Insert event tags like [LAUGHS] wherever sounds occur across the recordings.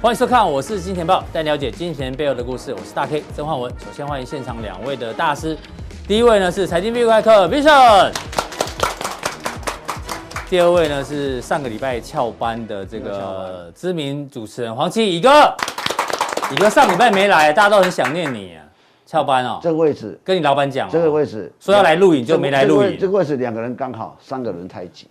欢迎收看，我是金钱豹，带你了解金钱背后的故事。我是大 K 曾焕文。首先欢迎现场两位的大师，第一位呢是财经必快客 Vision，第二位呢是上个礼拜翘班的这个知名主持人黄奇乙哥。乙哥上礼拜没来，大家都很想念你、啊，翘班哦。这个位置，跟你老板讲、哦，这个位置说要来录影就没来录这个位影这。个位置两个人刚好，三个人太挤。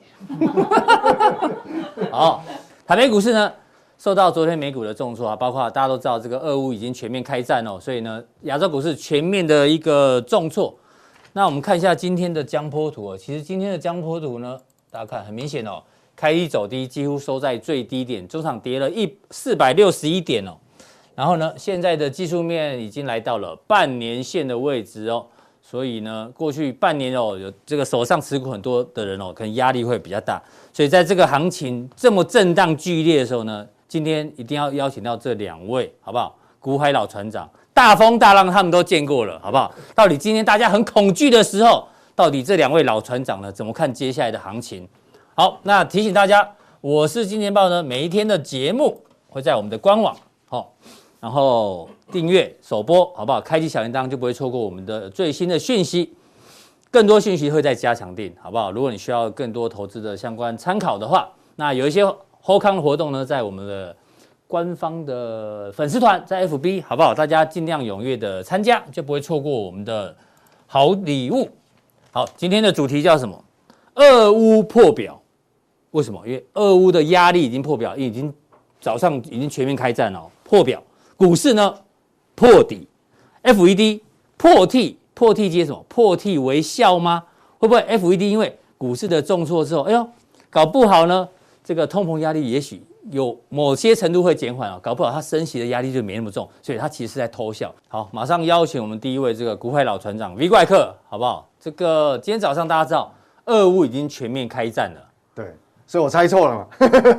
好，台北股市呢，受到昨天美股的重挫啊，包括大家都知道这个俄乌已经全面开战哦，所以呢，亚洲股市全面的一个重挫。那我们看一下今天的江波图哦，其实今天的江波图呢，大家看很明显哦，开低走低，几乎收在最低点，中场跌了一四百六十一点哦。然后呢，现在的技术面已经来到了半年线的位置哦，所以呢，过去半年哦，有这个手上持股很多的人哦，可能压力会比较大。所以在这个行情这么震荡剧烈的时候呢，今天一定要邀请到这两位，好不好？古海老船长，大风大浪他们都见过了，好不好？到底今天大家很恐惧的时候，到底这两位老船长呢，怎么看接下来的行情？好，那提醒大家，我是金钱豹呢，每一天的节目会在我们的官网，好、然后订阅首播，好不好？开启小铃铛就不会错过我们的最新的讯息。更多讯息会在加强定，好不好？如果你需要更多投资的相关参考的话，那有一些 h 康的活动呢，在我们的官方的粉丝团，在 FB，好不好？大家尽量踊跃的参加，就不会错过我们的好礼物。好，今天的主题叫什么？俄乌破表，为什么？因为俄乌的压力已经破表，已经早上已经全面开战了哦，破表。股市呢破底，FED 破 T 破 T 接什么？破 T 为效吗？会不会 FED 因为股市的重挫之后，哎呦，搞不好呢，这个通膨压力也许有某些程度会减缓啊，搞不好它升息的压力就没那么重，所以它其实是在偷笑。好，马上邀请我们第一位这个股海老船长 V 怪客，好不好？这个今天早上大家知道，俄乌已经全面开战了。 [LAUGHS] 对，所以我猜错了嘛。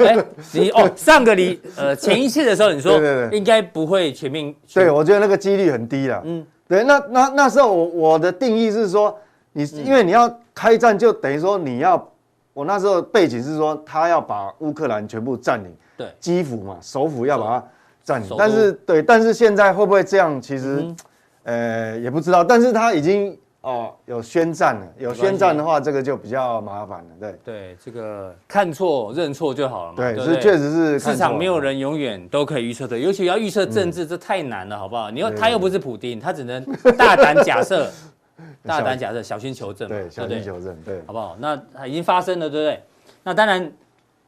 哎，你哦，上个礼呃前一次的时候，你说对对对应该不会全面，全对，我觉得那个几率很低了。嗯嗯，对，那那那时候我我的定义是说，你嗯因为你要开战，就等于说你要，我那时候背景是说他要把乌克兰全部占领，对基辅嘛，首府要把它占领首。都但是对，但是现在会不会这样？其实嗯，呃，也不知道。但是他已经哦有宣战了，有系宣战的话，这个就比较麻烦了。对。对，这个看错认错就好了嘛。对，不这确实是看市场错没有了嗯人永远都可以预测的，尤其要预测政治，这太难了，好不好？你又他又不是普丁，他只能大胆假 [LAUGHS] 设，大胆假设，小心求证嘛，对，对小不对心？求证，对，好不好？那已经发生了，对不对？那当然，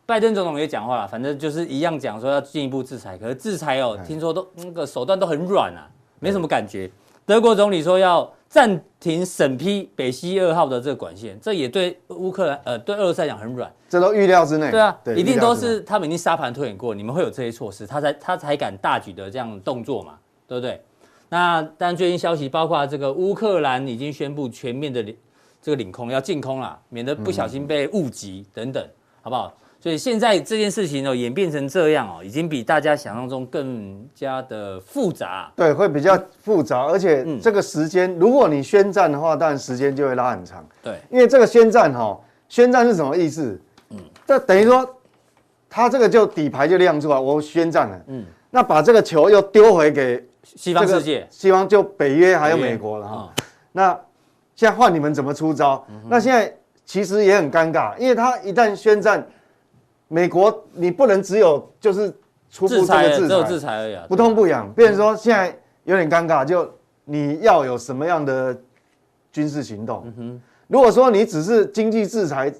拜登总统也讲话了，反正就是一样讲说要进一步制裁，可是制裁哦，听说都那个手段都很软啊，没什么感觉。德国总理说要暂停审批北溪二号的这个管线，这也对乌克兰呃对俄罗斯来讲很软。这都预料之内。对啊，一定都预料之内是他们已经沙盘推演过，你们会有这些措施，他才他才敢大举的这样动作嘛，对不对？那但最近消息包括这个乌克兰已经宣布全面的领这个领空要进空啦，免得不小心被误击等等，好不好？所以现在这件事情哦演变成这样哦，已经比大家想象中更加的复杂。对，会比较复杂，而且嗯这个时间，如果你宣战的话，当然时间就会拉很长。对，因为这个宣战哈、宣战是什么意思？嗯，这等于说，他这个就底牌就亮出来，我宣战了。嗯，那把这个球又丢回给西方这个世界西方就北约还有美国了哈、嗯那现在换你们怎么出招？那现在其实也很尴尬，因为他一旦宣战，美国你不能只有就是初步哦制这个裁制只有裁制，裁而已、啊，不痛不痒。变成说现在有点尴尬，就你要有什么样的军事行嗯动？如果说你只是经济制裁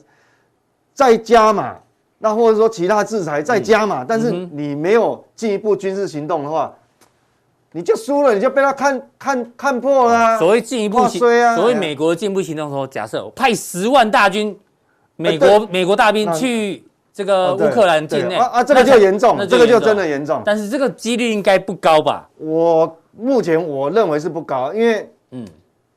再加码，那或者说其他制裁嗯再加码，但是你没有进一步军事行动的话，你就输了，你就被他看看看破了啊、所谓进一步行，哇塞啊所谓哎呀美国进一步行动的时候，假设我派十万大军，美国、呃对美国大兵那去这个哦对乌克兰境内对啊啊这个那就严重那这个就真的严重但是这个几率应该不高吧？我目前我认为是不高，因为嗯嗯，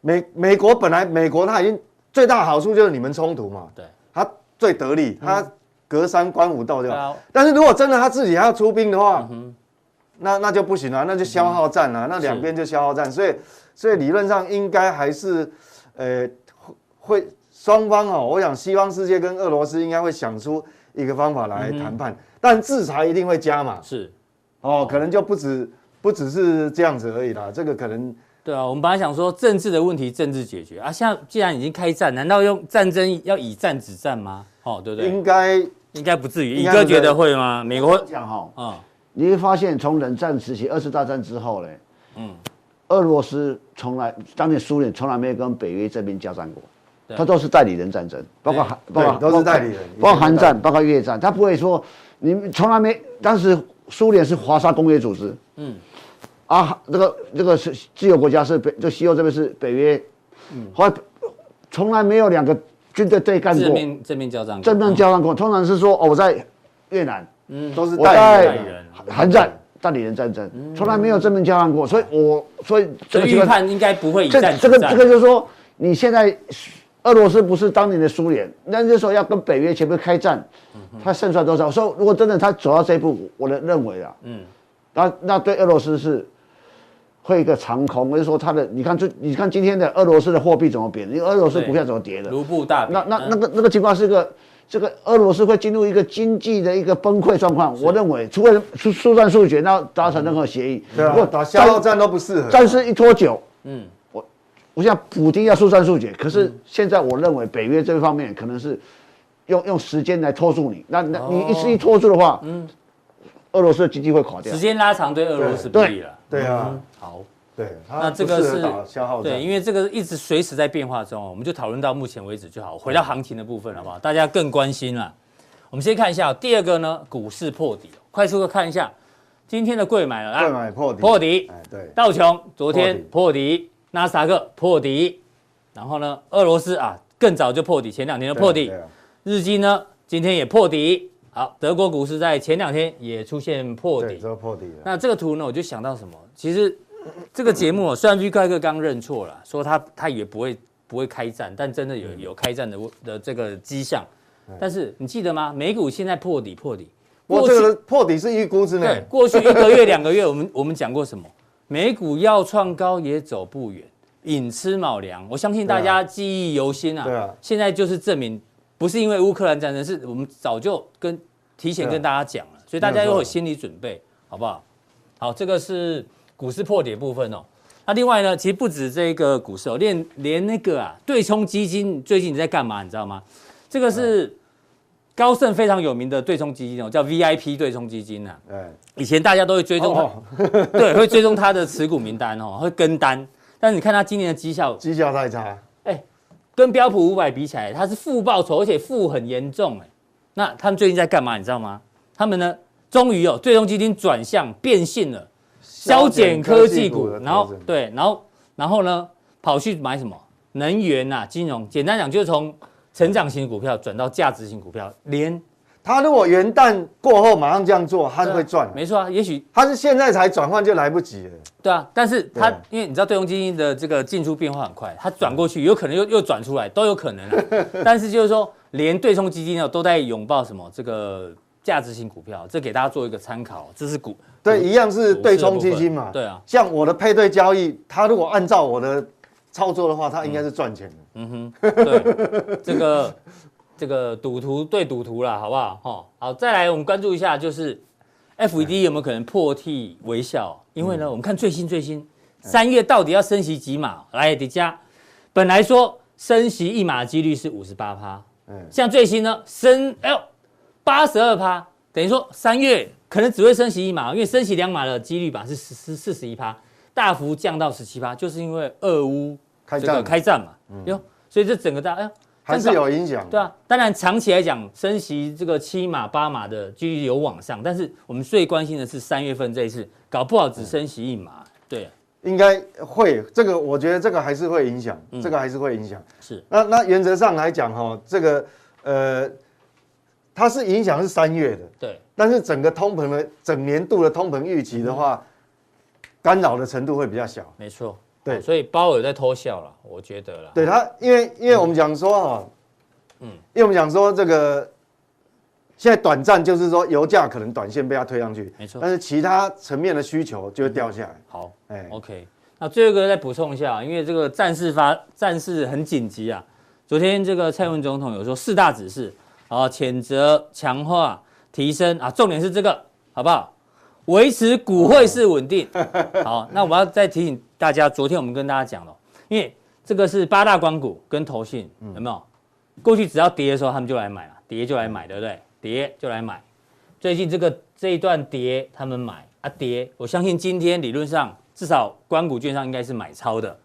美美国本来美国它已经最大的好处就是你们冲突嘛，对，嗯它最得利，它隔山观虎斗就对啊嗯好。但是如果真的他自己还要出兵的话，那那就不行了、啊那就消耗战了、啊那两边就消耗战，所以所以理论上应该还是，呃，会会双方哦，我想西方世界跟嗯俄罗斯应该会想出一个方法来谈判，但制裁一定会加嘛，是哦，可能就不止不只是这样子而已啦，这个可能对啊，我们本来想说政治的问题政治解决啊，现在既然已经开战，难道用战争要以战止战吗？哦，对不对？应该应该不至于。应乙该哥不对觉得会吗？美国讲哈、啊，你会发现从冷战时期、二次大战之后呢，嗯，俄罗斯从来当年苏联从来没有跟北约这边交战过，对他都是代理人战争，包括韩，包括对都是代理人包括韩战，包括越战，他不会说你们从来没，当时苏联是华沙工业组织，嗯，啊，这个这个是自由国家是北，就西欧这边是北约，嗯后来从来没有两个军队对干过正，面正面交战过，正面交战过，通常是说哦我在越南。都是我代理代理人人嗯啊。韩战、代理人战争，从来没有正面交战过，所以我所以这所个以情预况判应该不会以这战止这个战。这个就是说，你现在俄罗斯不是当年的苏联，那那时候要跟北约前面开战，嗯他胜算多少？所以如果真的他走到这一步，我的认为啊，嗯，那那对俄罗斯是。会一个长空，就是说他的，你看这，你看今天的俄罗斯的货币怎么贬，因为俄罗斯对股票怎么跌的，卢布大饼那那嗯那个那个情况是一个，这个俄罗斯会进入一个经济的一个崩溃状况。我认为，除非速速战速决，那达成任何协嗯议，对如果啊，打消耗战都不适合。战事一拖久，嗯，我我想普京要速战速决，可嗯是现在我认为北约这方面可能是用用时间来拖住你，那那你一时一拖住的话，嗯，俄罗斯的经济会垮掉哦时。间拉长对俄罗斯不利了。对啊，好，对，嗯那那这个是打消耗战。对，因为这个一直随时在变化中哦，我们就讨论到目前为止就好。回到行情的部分好不好？大家更关心了。我们先看一下哦第二个呢，股市破底哦，快速的看一下今天的贵买了，来贵买破底，破底哎，对，道琼昨天破破底，纳斯达克破底，然后呢，俄罗斯啊更早就破底，前两天就破底对，啊日经呢今天也破底。好，德国股市在前两天也出现破对啊对，底这。个破底了。那这个图呢，我就想到什么？其实这个节目 [LAUGHS] 哦虽然 V 怪哥刚认错了，说他他也不会不会开战，但真的嗯有有开战的的这个迹象。但是你记得吗？美股现在破底破底，我过这去个破底是预估之对内，，过去一个月、两个月，我们 [LAUGHS] 我们讲过什么？美股要创高也走不远，寅吃卯粮。我相信大家记忆犹新啊。对啊现在就是证明，不是因为乌克兰战争，是我们早就跟提前对啊跟大家讲了，所以大没家有错要有心理准备，好不好？好，这个是股市破底的部分哦。那另外呢，其实不止这个股市哦，连连那个啊对冲基金最近在干嘛，你知道吗？这个是高盛非常有名的对冲基金哦，叫 VIP 对冲基金啊。哎，以前大家都会追踪它，哦， [LAUGHS] 对，会追踪它的持股名单哦，会跟单。但是你看它今年的绩效，绩效太差，哎，跟标普五百比起来，它是负报酬，而且负很严重哎。那他们最近在干嘛？你知道吗？他们呢，终于哦，最终基金转向变性了，消减科技股，的然后调整对，然后然后呢，跑去买什么能源呐、金融，简单讲就是从成长型股票转到价值型股票，连他如果元旦过后马上这样做，他会赚没错啊，也许他是现在才转换就来不及了。对啊，但是它对因为你知道对冲基金的这个进出变化很快，它转过去有可能又又转出来，都有可能啊。 [LAUGHS] 但是就是说，连对冲基金呢都在拥抱什么这个价值型股票，这给大家做一个参考。这是股对，一样是对冲基金股嘛。市的部分对啊，像我的配对交易，他如果按照我的操作的话，他应该是赚钱的。嗯对这个这个赌徒对赌徒啦，好不好？哈、好，再来我们关注一下，就是 FED 有没有可能破涕为笑？因为呢，我们看最新最新，三月到底要升息几码？来，迪迦，本来说升息一码几率是五十八趴，嗯，像最新呢升哎呦八十二趴，等于说三月可能只会升息一码，因为升息两码的几率吧是十四四十一趴，大幅降到十七趴，就是因为俄乌开这战个了开战嘛，哟、所以这整个大哎呦还是但有影响。对啊，当然长期来讲，升息这个七码八码的几率有往上，但是我们最关心的是三月份这一次，搞不好只升息一嗯码，对，应该会这个，我觉得这个还是会影响，这个还是会影响。是那那原则上来讲哈，这个呃，它是影响是三月的，对，但是整个通膨的整年度的通膨预期的话，干扰的程度会比较小。没错，对所以鲍尔在偷笑了，我觉得啦，对它，因为因为我们讲说哈，嗯，因为我们讲说这个现在短暂就是说油价可能短线被它推上去，没错但是其他层面的需求就会掉下来。好，哎 OK，那最后一个再补充一下，啊因为这个战事发战事很紧急啊。昨天这个蔡英文总统有说四大指示，啊，谴责、强化、提升啊，重点是这个，好不好？维持股汇市稳定。 [LAUGHS] 好，那我要再提醒大家，昨天我们跟大家讲了，因为这个是八大关股跟投信，有没嗯有？过去只要跌的时候，他们就来买了，跌就来买，对不对？跌就嗯来买。最近这个这一段跌，他们买啊跌，我相信今天理论上至少关股券商应该是买超的，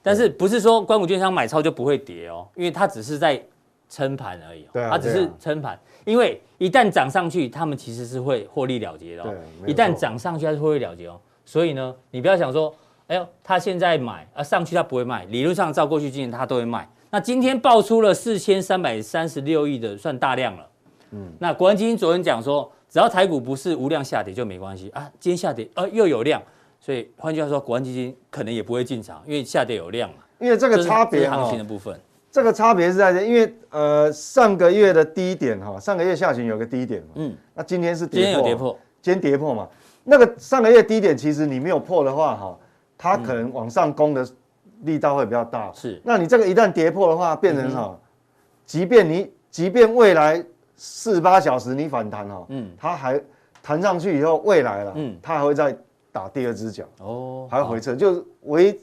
但是不是说关股券商买超就不会跌哦？因为它只是在撑盘而已、哦，对啊它只对是啊撑盘，因为一旦涨上去，他们其实是会获利了结的、哦对没。有一旦错涨上去，它是获利了结哦。所以呢，你不要想说，哎呦，它现在买啊上去它不会卖，理论上照过去今年它都会卖。那今天爆出了四千三百三十六亿的，算大量了。嗯，那国安基金昨天讲说，只要台股不是无量下跌就没关系啊，今天下跌呃又有量，所以换句话说，国安基金可能也不会进场，因为下跌有量嘛。因为这这个是差这别哦是行哈情，的部分，这个差别是在这，因为呃上个月的低点哈，上个月下旬有个低点嘛，嗯，那今天是今天跌有跌，破，破，今天跌破嘛，那个上个月低点其实你没有破的话哈，它可能往上攻的力道会比较大，嗯是嗯那你这个一旦跌破的话，变成哈，即便你即便未来四十八小时你反弹哈，嗯它还弹上去以后，未来了，嗯它还会再打第二只脚，哦，还会好回撤，就是唯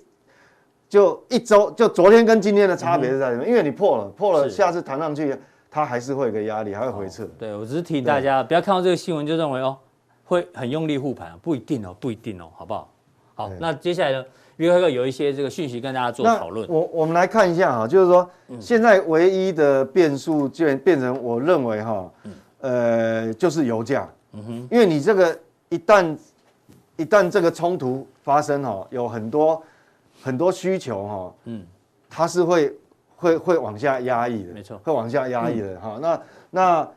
就一周就昨天跟今天的差别是在什么？因为你破了，破了，嗯是哦下次弹上去，它还是会有一个压力，还会回撤。对，我只是提醒大家，不要看到这个新闻就认为哦，会很用力护盘，不一定哦，不一定哦，好不好？好，那接下来呢，约克有一些这个讯息跟大家做那讨论。嗯我我们来看一下哈，就是说现在唯一的变数就变成我认为哈，嗯呃，就是油价，因为你这个一旦一旦这个冲突发生哈，有很多很多需求哈，嗯它是会会会往下压抑的，没错嗯会往下压抑的哈、那那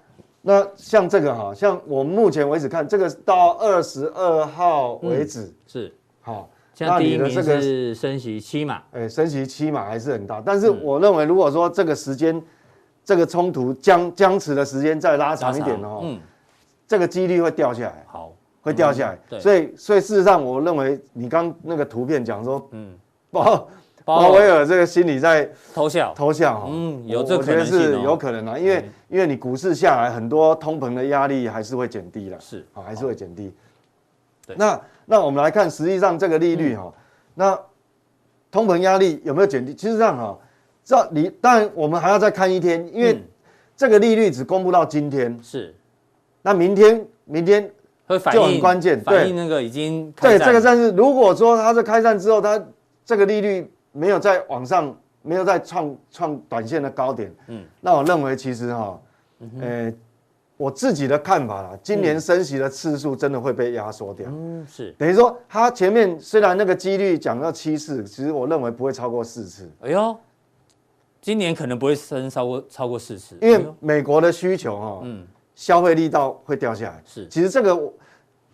那像这个哈，像我目前为止看，这个是到二十二号嗯为止，是，好、现那在第你一的名这个是升息七嘛，哎，升息期嘛还是很大，但是嗯我认为如果说这个时间，这个冲突僵僵持的时间再拉长一点哦，嗯，这个几率会掉下来，好，会掉下来。嗯对所以所以事实上，我认为你刚那个图片讲说，嗯，鲍鲍鲍威威尔尔这个心理在偷笑，偷笑哈，嗯我有这我可觉得能性是哦有可能啊，因为因为你股市下来，很多通膨的压力还是会减低了，是啊，还是会减低对。嗯那那我们来看，实际上这个利率哈，那通膨压力有没有减低？其实上哈，这你当然我们还要再看一天，因为嗯这个利率只公布到今天，是那明天明天会反就映很关键反对映那个已经对开这个战但是如果说它在开战之后，它这个利率没有再往上，没有再创创短线的高点，嗯嗯，那我认为其实哈，呃，我自己的看法啦，今年升息的次数真的会被压缩掉。嗯是，等于说，它前面虽然那个几率讲到七次，其实我认为不会超过四次，哎呦，今年可能不会升超过超过四十，因哎为呦美国的需求哈、嗯消费力道会掉下来。是其实这个我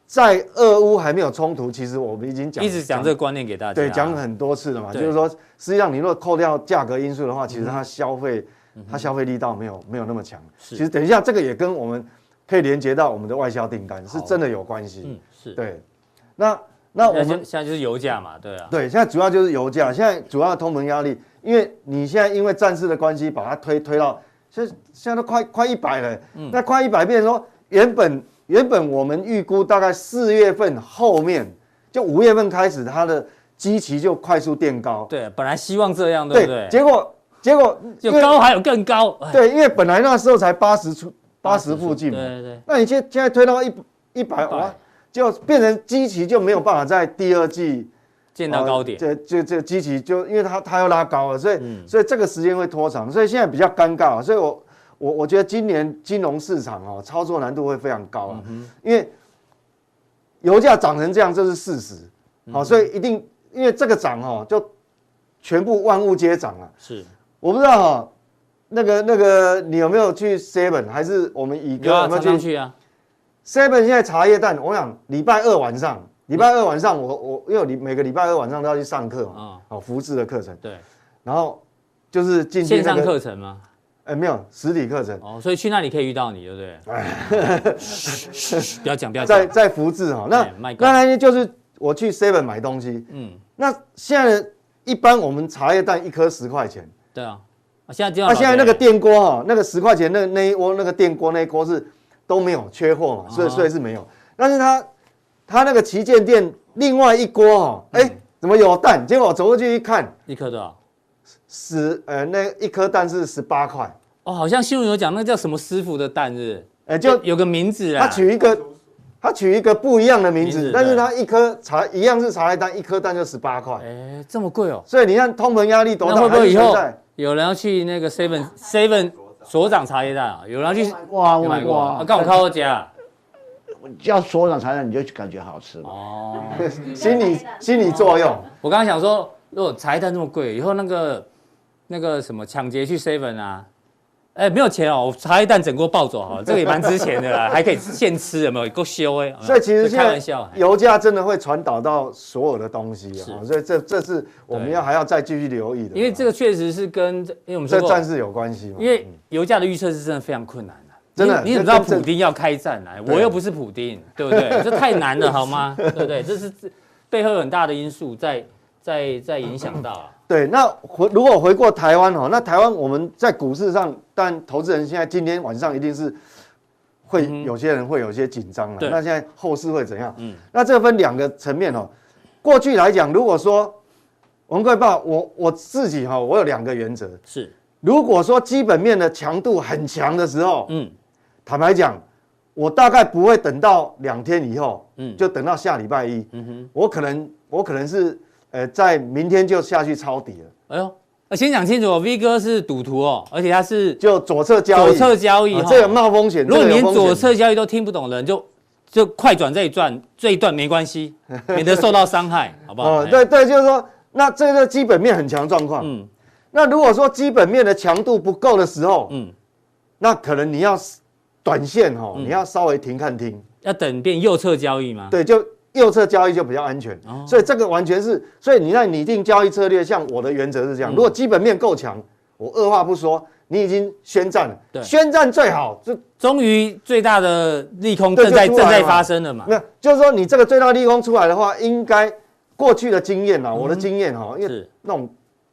在俄乌还没有冲突，其实我们已经讲一直讲这个观念给大家，对，讲很多次了嘛，对嗯就是说，实际上你如果扣掉价格因素的话，其实它消费、它消费力道没有没有那么强。是其实等一下这个也跟我们可以连接到我们的外销订单是好真的有关系。嗯是，对，那那我现在们现在就是油价嘛，对啊，对现在主要就是油价，现在主要的通膨压力，因为你现在因为战事的关系，把它推推到现在现在都快快一百了，那快一百变成说原本原本我们预估大概四月份后面就五月份开始它的。基期就快速垫高，对，本来希望这样，对对不对？结果结果有因为高还有更高，哎对，因为本来那时候才八十出八十附近嘛，对对对，那你现现在推到一一百100哇，就变成基期就没有办法在第二季见到高点，嗯呃这这这基期就因为它它要拉高了，所以、所以这个时间会拖长，所以现在比较尴尬，所以我我我觉得今年金融市场哦操作难度会非常高啊，嗯因为油价涨成这样这是事实，嗯好、所以一定因为这个涨哦就全部万物皆涨啊。是我不知道哈、那个那个，你有没有去 Seven？还是我们乙有哥啊，有没常常有去去啊， Seven？现在茶叶蛋，我想礼拜二晚上，礼拜二晚上我我因为我礼每个礼拜二晚上都要去上课啊嘛，哦，福智的课程，对，然后就是进去线那上个，课程吗？哎，没有实体课程，哦，所以去那里可以遇到你，对不对？嘘不要讲，不要哎在讲，在福智哈，那哎卖光那那天就是我去 Seven 买东西，嗯，那现在的一般我们茶叶蛋一颗十块钱，对啊，啊现在这样那老现在那爹个电锅哈，那个十块钱那啊那一锅那个电锅那一锅是都没有缺货嘛，所以所以是没有。但是它他那个旗舰店另外一锅哦，嗯哎、怎么有蛋？结果我走过去一看，一颗多少？十呃那一颗蛋是十八块，哦，好像新闻有讲，那叫什么师傅的蛋日，哎、就有个名字啦。他取一个。他取一个不一样的名名字字，但是对他一颗茶一样是茶叶蛋，一颗蛋就十八块，哎，这么贵哦？所以你看通膨压力多那大，会不会以后还是存在有人要去那个 Seven Seven 所长茶叶蛋啊？有人要去哦哇有哇买过啊？啊哇！刚好靠我家叫所长才能你就感觉好吃嘛。哦。 [LAUGHS] 心理心理作用？我刚刚想说，如果茶叶蛋这么贵，以后那个那个什么抢劫去 Seven 啊，哎，没有钱哦，我茶叶蛋整锅抱走 [LAUGHS] 好了，这个也蛮值钱的啦，还可以现吃，有没有？够修哎。有没有所以其实这现开玩在笑，啊哎油价真的会传导到所有的东西啊，是所以这这是我们对要还要再继续留意的，因为这个个确实是跟因为我们说这过嗯战事有关系嘛，因为油价的预测是真的非常困难的、真的你你怎么知这道这普丁要开战来、我又不是普丁，对不 [LAUGHS] 对？这太难了，好吗？对不对？这是这背后有很大的因素在在在影响到啊。对，那回如果回过台湾哦，那台湾我们在股市上，但投资人现在今天晚上一定是会、有些人会有些紧张了。嗯啊对那现在后市会怎样？嗯，那这分两个层面哦。过去来讲，如果说文贵爸，我我自己哈、哦，我有两个原则。是，如果说基本面的强度很强的时候，嗯，坦白讲，我大概不会等到两天以后，嗯就等到下礼拜一，嗯哼，我可能我可能是呃在明天就下去抄底了。哎呦，呃先讲清楚哦，V 哥是赌徒哦，而且他是就左侧交易，左侧交易、哦啊这有冒风险。如果这你个有连风险左侧交易都听不懂的人，就就快转这一段，这一段没关 [LAUGHS] 系，免得受到伤害，好不好？哦哎，对对，就是说，那这个基本面很强状况，嗯那如果说基本面的强度不够的时候，嗯，那可能你要短线哦，你要稍微停看停，要等变右侧交易吗？对，就右侧交易就比较安全。哦所以这个完全是，所以你在拟定交易策略，像我的原则是嗯这样：如果基本面够强，我二话不说，你已经宣战对啊了，宣战最好，就终于最大的利空正在对就正出来了嘛在发生了嘛？没有，就是说你这个最大利空出来的话，应该过去的经验啊，我的经验哈，因为嗯是那种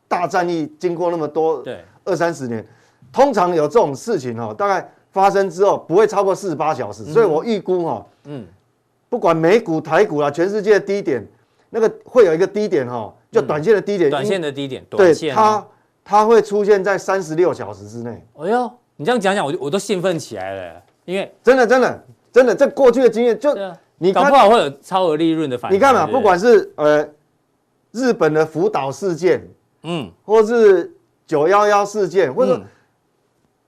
大战役经过那么多对，二三十年，通常有这种事情哦，大概发生之后不会超过四十八小时，所以我预估哈，嗯，不管美股、台股啊，全世界的低点，那个会有一个低点哈，就短线的低点，嗯短线的的低点，短对线、它啊。它会出现在三十六小时之内，哎呦，你这样讲讲，我就我都兴奋起来了，因为真的真的真的，这过去的经验就对啊你搞看不好会有超额利润的反弹。你看嘛，对对不管是呃日本的福岛事件，嗯，或是九幺幺事件，或者、嗯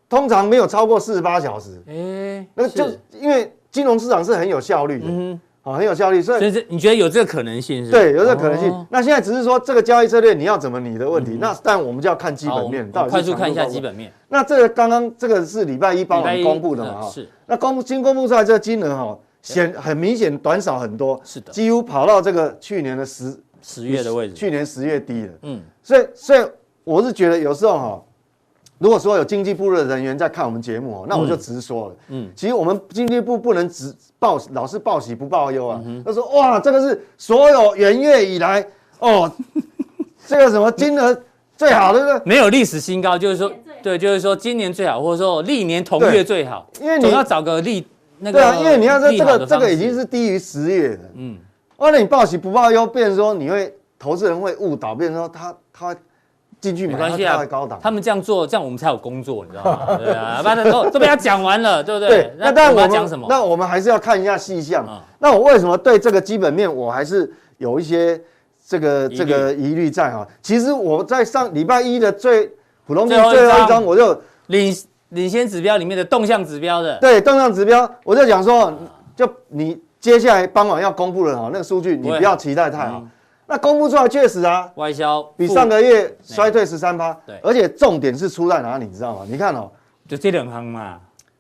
通常没有超过四十八小时，哎，那就是因为金融市场是很有效率的，嗯哦，很有效率，所哼，以所以这你觉得有这个可能性是吧？对有这个可能性。哦嗯那现在只是说这个交易策略你要怎么拟的问题，那但我们就要看基好本我面，们到底是快速看一下强度基高不高。本面。那这个刚刚这个是礼拜一帮我们公布的嘛，嗯哈、是那公布新公布出来这个金额哈、哦，显很明显短少很多，是的几乎跑到这个去年的十十月的位置。去年十月底了。嗯，所以，所以我是觉得有时候哈、如果说有经济部的人员在看我们节目哦，那我就直说了。嗯，其实我们经济部不能只报老是报喜不报忧啊。嗯他说哇，这个是所有元月以来哦， [LAUGHS] 这个什么金额最好的，对不对？没有历史新高，就是说今年最好，对，就是说今年最好，或者说历年同对月最好，因为你总要找个利那个对啊，因为你要说利这好个的这方个式已经是低于十月了。嗯哦，那你报喜不报忧，变成说你会投资人会误导，变成说他他进去没买，关他系啊跳在高档，。他们这样做，这样我们才有工作，你知道 [LAUGHS] 吗？对啊，不然都都被他讲完了，对不对？对，那但我我要们讲什么？那我们还是要看一下细项啊。那我为什么对这个基本面我还是有一些这个这个疑虑在哈？其实我在上礼拜一的最普通最票后一最后一张张，我就领领先指标里面的动向指标的，对动向指标，我就讲说，嗯就你接下来傍晚要公布的哈，那个数据你不会啊不要好期待太好。那公布出来确实啊，外销比负上个月衰退十三趴对，而且重点是出在哪里，你知道吗？你看哦，就这两行嘛，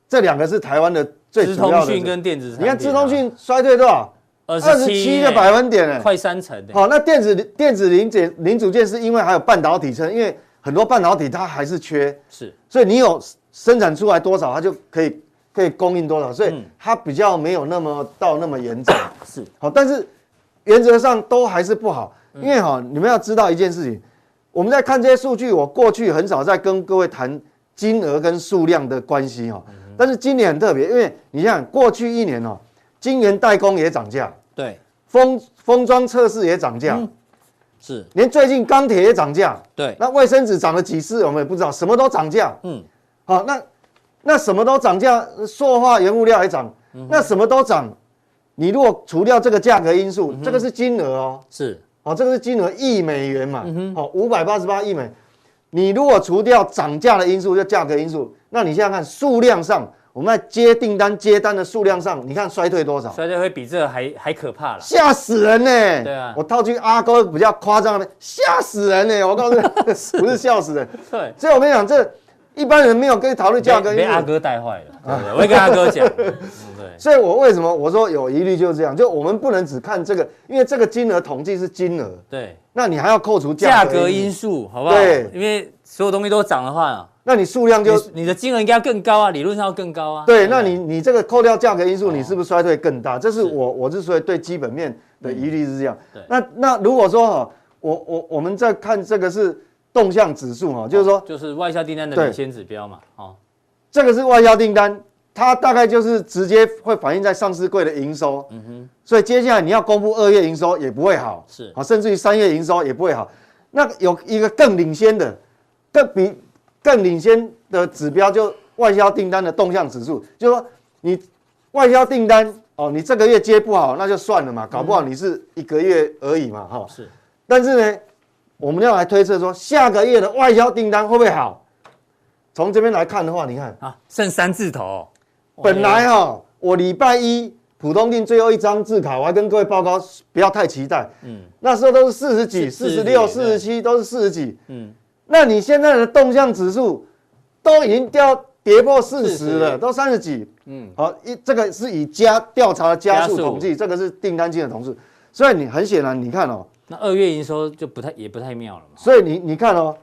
这两个是台湾的最资主通要的。讯跟电子产你品啊，看资通讯衰退多少？二哎二十七个百分点呢。欸快三成欸的，好、那电子电子零件零组件是因为还有半导体车，因为很多半导体它还是缺，是所以你有生产出来多少，它就可以可以供应多少，所以嗯它比较没有那么到那么严重。 [COUGHS] 是好、但是原则上都还是不好，因为哈、你们要知道一件事情，我们在看这些数据，我过去很少在跟各位谈金额跟数量的关系哈、但是今年很特别，因为你想过去一年哦，晶圆代工也涨价。对，封封装测试也涨价，是连最近钢铁也涨价，对，那卫生纸涨了几次我们也不知道，什么都涨价。哎嗯，好，那那什么都涨价，塑化原物料也涨，那什么都涨。你如果除掉这个价格因素，这个是金额哦，是哦，这个是金额亿美元嘛，哦，五百八十八亿美。你如果除掉涨价的因素，就价格因素，那你现在看数量上，我们在接订单接单的数量上，你看衰退多少？衰退会比这个还还可 [LAUGHS] 怕了。吓死人呢、对啊我套句阿哥比较夸张的，吓死人呢、我告诉 [LAUGHS] 你，不是笑死人。对，所以我跟你讲，这一般人没有跟你讨论价格被被因阿素。哥带坏了，对不对？我会跟阿哥讲， [LAUGHS] 嗯对，所以我为什么我说有疑虑就是这样，就我们不能只看这个，因为这个金额统计是金额，对，那你还要扣除价价格格因因素，素好不好？对因为所有东西都涨的话，那你数量就你你的金额应该要更高啊，理论上要更高啊。对，不那你你这个扣掉价格因素，你是不是衰退更大？这是嗯我我之所以对基本面的疑虑是这样对。那那如果说哈，我我我们在看这个是动向指数哈，就是说就是外销订单的对领先指标嘛，哦，这个是外销订单，它大概就是直接会反映在上市柜的营收。嗯哼。所以接下来你要公布二月营收也不会好，是好，甚至于三月营收也不会好。那有一个更领先的，更比更领先的指标，就外销订单的动向指数，就是说你外销订单哦，你这个月接不好那就算了嘛，搞不好你是一个月而已嘛，哈、是但是呢，我们要来推测说下个月的外销订单会不会好？从这边来看的话，你看啊，剩三字头哦，本来哈、我礼拜一浦东店最后一张字卡，我还跟各位报告，不要太期待。嗯，那时候都是四十几、是四十六、 40四十七，都是四十几。嗯嗯，那你现在的动向指数都已经掉跌破四十40了，都三十几。嗯嗯，好，一这个是以加调查的加速加速统计，这个是订单金的统计。所以你很显然，你看哦，那二月营收就不太也不太妙了嘛，所以你你看哦，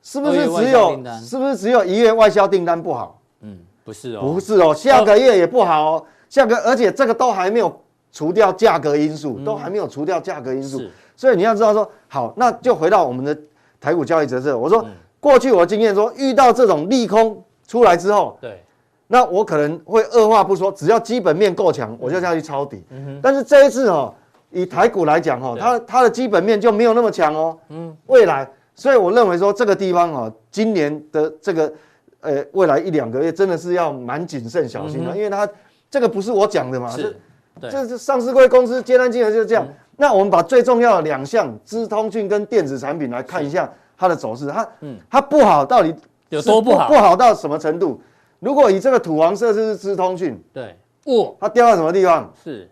是不二是月外只销有订单是不是只有一月外销订单不好？嗯，不是哦，不是哦，下个月也不好哦，下个而且这个都还没有除掉价格因素，都还没有除掉价格因素嗯是，所以你要知道说，好，那就回到我们的台股交易折射。我嗯说过去我的经验说，遇到这种利空出来之后，对，那我可能会二话不说，只要基本面够强，嗯我就下去抄底。但是这一次哦，以台股来讲哦，它它的基本面就没有那么强哦。嗯，未来，所以我认为说这个地方哦，今年的这个呃未来一两个月真的是要蛮谨慎小心的，因为它这个不啊是我讲的嘛，嗯是，对嗯这是上市贵公司接单金额就是这样。那我们把最重要的两项资通讯跟电子产品来看一下它的走势，它嗯它不好到底有多不好是不好到什么程度？如果以这个土黄色是资通讯，对，哇，它掉到什么地方？是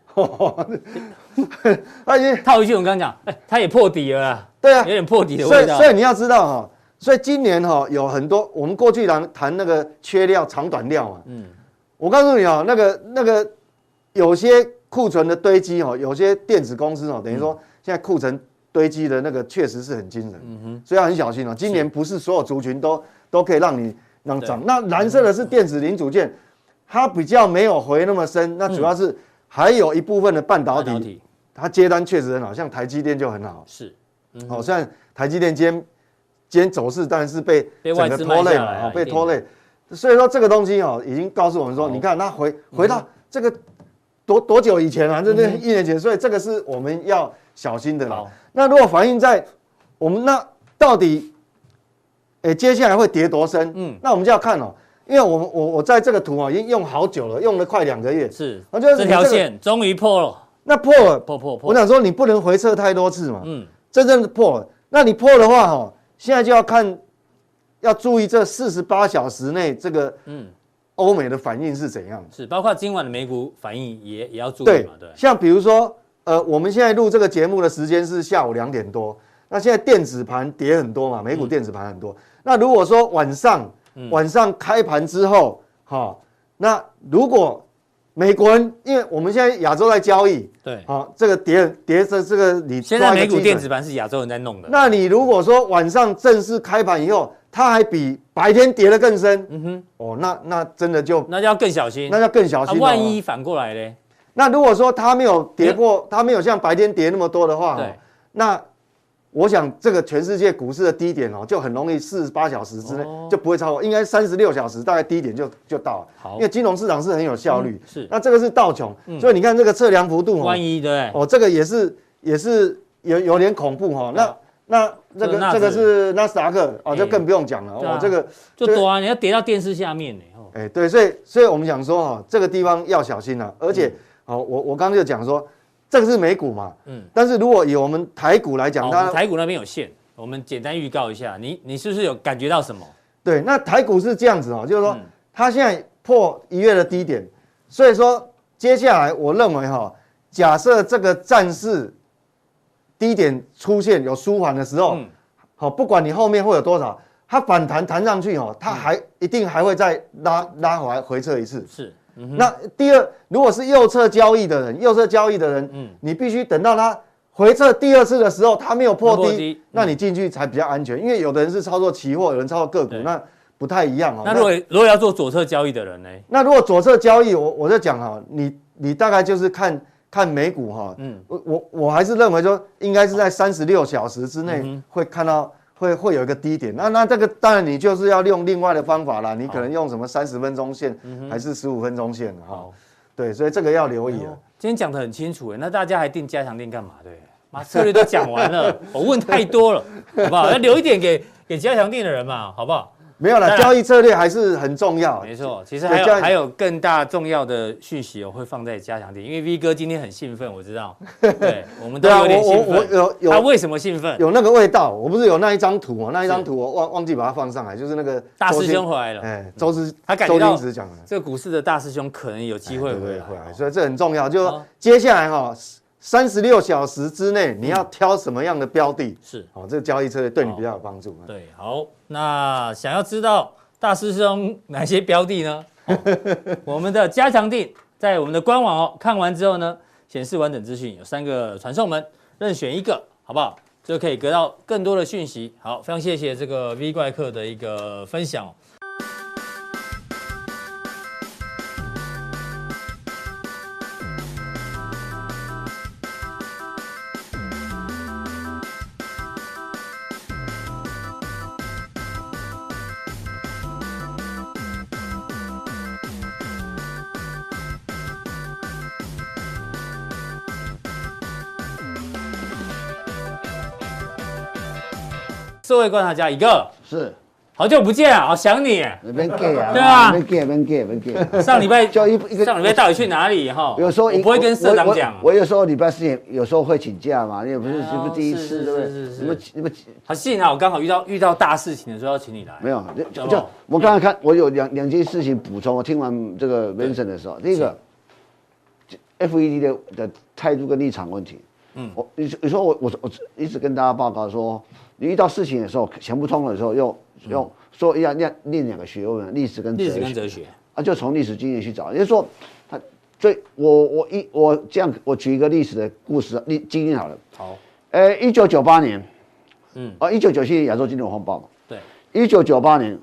它已经套一句我们刚刚讲，哎，它也破底了啦，对啊有，点破底的所味以道，所以你要知道哈、所以今年哈、有很多我们过去谈谈那个缺料、长短料嘛，嗯，我告诉你哦，那个那个有些库存的堆积哦，有些电子公司哦，等于说现在库存堆积的那个确实是很惊人，嗯哼，所以要很小心哦。今年不是所有族群都都可以让你让涨，那蓝色的是电子零组件，它比较没有回那么深，那主要是还有一部分的半导半体，导体它接单确实很好，像台积电就很好。是好、哦虽然台积电今天今天走势当然是被被整外个资拖卖累下嘛，来啊哦一被定拖累，所以说这个东西哦，已经告诉我们说，你看它回嗯回到这个多多久以前啊？这这一年前，所以这个是我们要小心的啦好。那如果反映在我们那到底，诶、接下来会跌多深？嗯嗯，那我们就要看哦，因为我们我我在这个图哦，已经用好久了，用了快两个月，是，我觉得这你条这个线终于破了，那破了，破破我破，想说你不能回撤太多次嘛，嗯，真正的破了。那你破的话，哈，现在就要看，要注意这四十八小时内这个嗯嗯欧美的反应是怎样。是，包括今晚的美股反应也也要注意对嘛，对，像比如说，呃，我们现在录这个节目的时间是下午两点多，那现在电子盘跌很多嗯嘛，美股电子盘很多。那如果说晚上晚上开盘之后，哈、那如果美国人，因为我们现在亚洲在交易，对，好、这个跌跌的这个你现在抓一个美股基准电子盘是亚洲人在弄的，那你如果说晚上正式开盘以后，它还比白天跌得更深，嗯哼，哦，那那真的就那就要更小心，那要更小嗯啊心、哦万一反过来嘞，那如果说它没有跌破，它没有像白天跌那么多的话、哦对，那我想这个全世界股市的低点哦，就很容易四十八小时之内哦就不会超过，应该三十六小时大概低点就就到了。好因为金融市场是很有效率嗯，是嗯那这个是道琼，所以你看这个测量幅度哦万，一对不对？哦，这个也是也是有有点恐怖哦。那那那啊这个纳指个这个是纳斯达克哦，哎就更不用讲了对啊哦，这个就多啊，你要跌到电视下面呢。哦，哎，对，所以所以我们想说哈、这个地方要小心啊。而且，好、我我刚刚就讲说，这个是美股嘛，嗯嗯，但是如果以我们台股来讲，好，我们它台股那边有线，我们简单预告一下，你你是不是有感觉到什么？对，那台股是这样子哦，就是说、嗯它现在破一月的低点，所以说接下来我认为哈、假设这个战事低点出现有舒缓的时候，好、嗯不管你后面会有多少，它反弹弹上去哦，嗯它还、一定还会再拉拉回来回撤一次。是，嗯那第二，如果是右侧交易的人，右侧交易的人，嗯你必须等到他回撤第二次的时候，他没有破没低，破低嗯那你进去才比较安全。因为有的人是操作期货，有人操作个股对，那不太一样哦。那如果如果要做左侧交易的人呢？那如果左侧交易，我我就讲哈，你你大概就是看看美股哈，嗯我我我还是认为说应该是在三十六小时之嗯内会看到。会会有一个低点，那那这个当然你就是要用另外的方法啦，你可能用什么三十分钟线还是十五分钟线嗯哈、好哎对，所以这个要留意了。啊今天讲的很清楚耶，那大家还订加强店干嘛？对，马策略都讲完了， [LAUGHS] 我问太多了，好不好？要留一点给给加强店的人嘛，好不好？没有当啦，然交易策略还是很重要。啊没错，其实对还加有强还有更大重要的讯息我会放在加强店，因为 V 哥今天很兴奋，我知 [LAUGHS] 道，对，我们都对啊，有我点我兴我奋。有他有为什么兴奋？有那个味道，我不是有那一张图哦，那一张是图我忘忘记把它放上来，就是那个大周师星兄回来了，哎，周师他感觉周到星驰讲的，这个股市的大师兄可能有机会哎对回对啊来回哦来，。所以这很重要。就好接下来哈，三十六小时之内你要挑什么样的标的，是，哦，这个交易策略对你比较有帮助。对，好，那想要知道大师兄哪些标的呢？哦我们的加强定在我们的官网哦，看完之后呢，显示完整资讯，有三个传送门，任选一个，好不好？就可以得到更多的讯息。好，非常谢谢这个 V 怪客的一个分享哦。社会观察家一个，是好久不见啊，好想你耶。没 gay 啊，对啊没 gay 没 gay 啊没 gay。上礼拜就一一个上礼拜到底去哪里哈？有时候哦我一不会跟社长讲啊我我，我有时候礼拜四也有时候会请假嘛，你也不是哎呦这不是第一次是对不是是对？是什么什么好幸好我刚好遇到遇到大事情的时候要请你来。没有？就要就不就我刚才看，我有两两件事情补充。我听完这个 Vincent 的时候，第一个，FED 的的态度跟立场问题。嗯，我你你说我我我一直跟大家报告说，你遇到事情的时候想不通的时候，用用说要念念两个学问，历史跟嗯历史跟哲学。啊，就从历史经验去找。也就是说，他最我我一我这样，我举一个历史的故事历经验好了。好，呃，一九九八年，嗯，啊，一九九七年亚洲金融风暴嘛。对。一九九八年，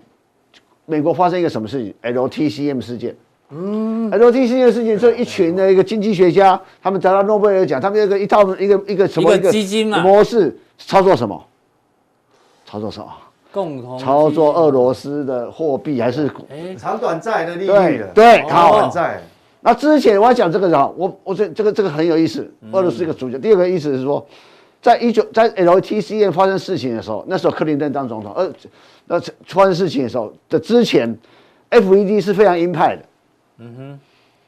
美国发生一个什么事情？LTCM 事件。嗯，LTCM 事件，这一群的一个经济学家，他们得到诺贝尔奖，他们有一个一套一个一个什么一个基金嘛模式操作什么？操作什么？共同操作俄罗斯的货币还是股？哦哎，长短债的利率对了，对，哦长好，短债，那之前我要讲这个啊，我我这这个这个很有意思，俄罗斯一个主角。第二个意思是说，在一九在 LTCM 发生事情的时候，那时候克林顿当总统，呃，那发生事情的时候的之前，FED 是非常鹰派的，嗯哼，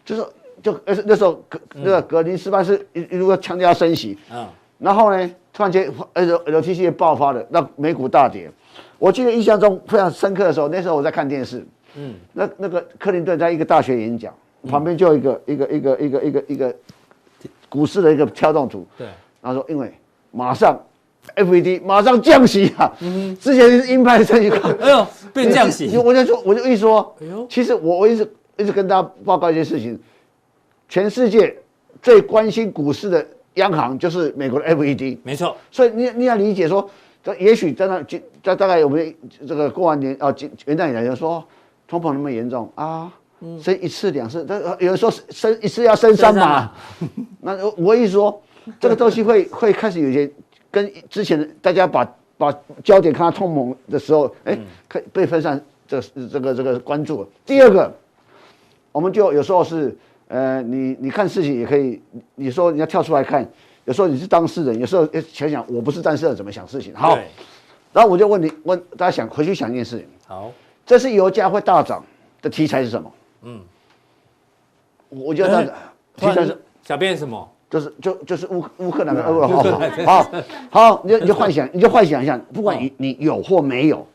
就是就呃那时候格那个格林斯潘是一一路强调要升息，嗯，然后呢，突然间呃 L LTC 爆发了，那美股大跌。我记得印象中非常深刻的时候，那时候我在看电视，嗯，那那个克林顿在一个大学演讲，旁边就有一个、一个一个一个一个一个股市的一个跳动图，对，他说因为马上 FED 马上降息啊，嗯，之前是鹰派升息，哎呦，变降息因为，我就说，我就一说哎呦，其实我我一直一直跟大家报告一件事情，全世界最关心股市的央行就是美国的 E FED，没错，所以你你要理解说，这也许在那今在大概我们这个过完年啊，今元旦以来就说通膨那么严重啊，嗯升一次两次，但有人说升一次要升三升三 [LAUGHS] 码，那我我一说这个东西会会开始有一些跟之前大家把把焦点看到通膨的时候，嗯哎，可以被分散这这个这个关注了。第二个，我们就有时候是呃，你你看事情也可以，你说你要跳出来看，有时候你是当事人，有时候哎想想我不是当事人怎么想事情。好，对然后我就问你问大家想回去想一件事情，好，这次油价会大涨的题材是什么？嗯，我觉得大哎涨突题材是然小便什么？就是就就是乌啊乌克兰嗯跟俄罗斯， [LAUGHS] 好好好，你就你就幻想，你就幻想一下，不管你你有或没有，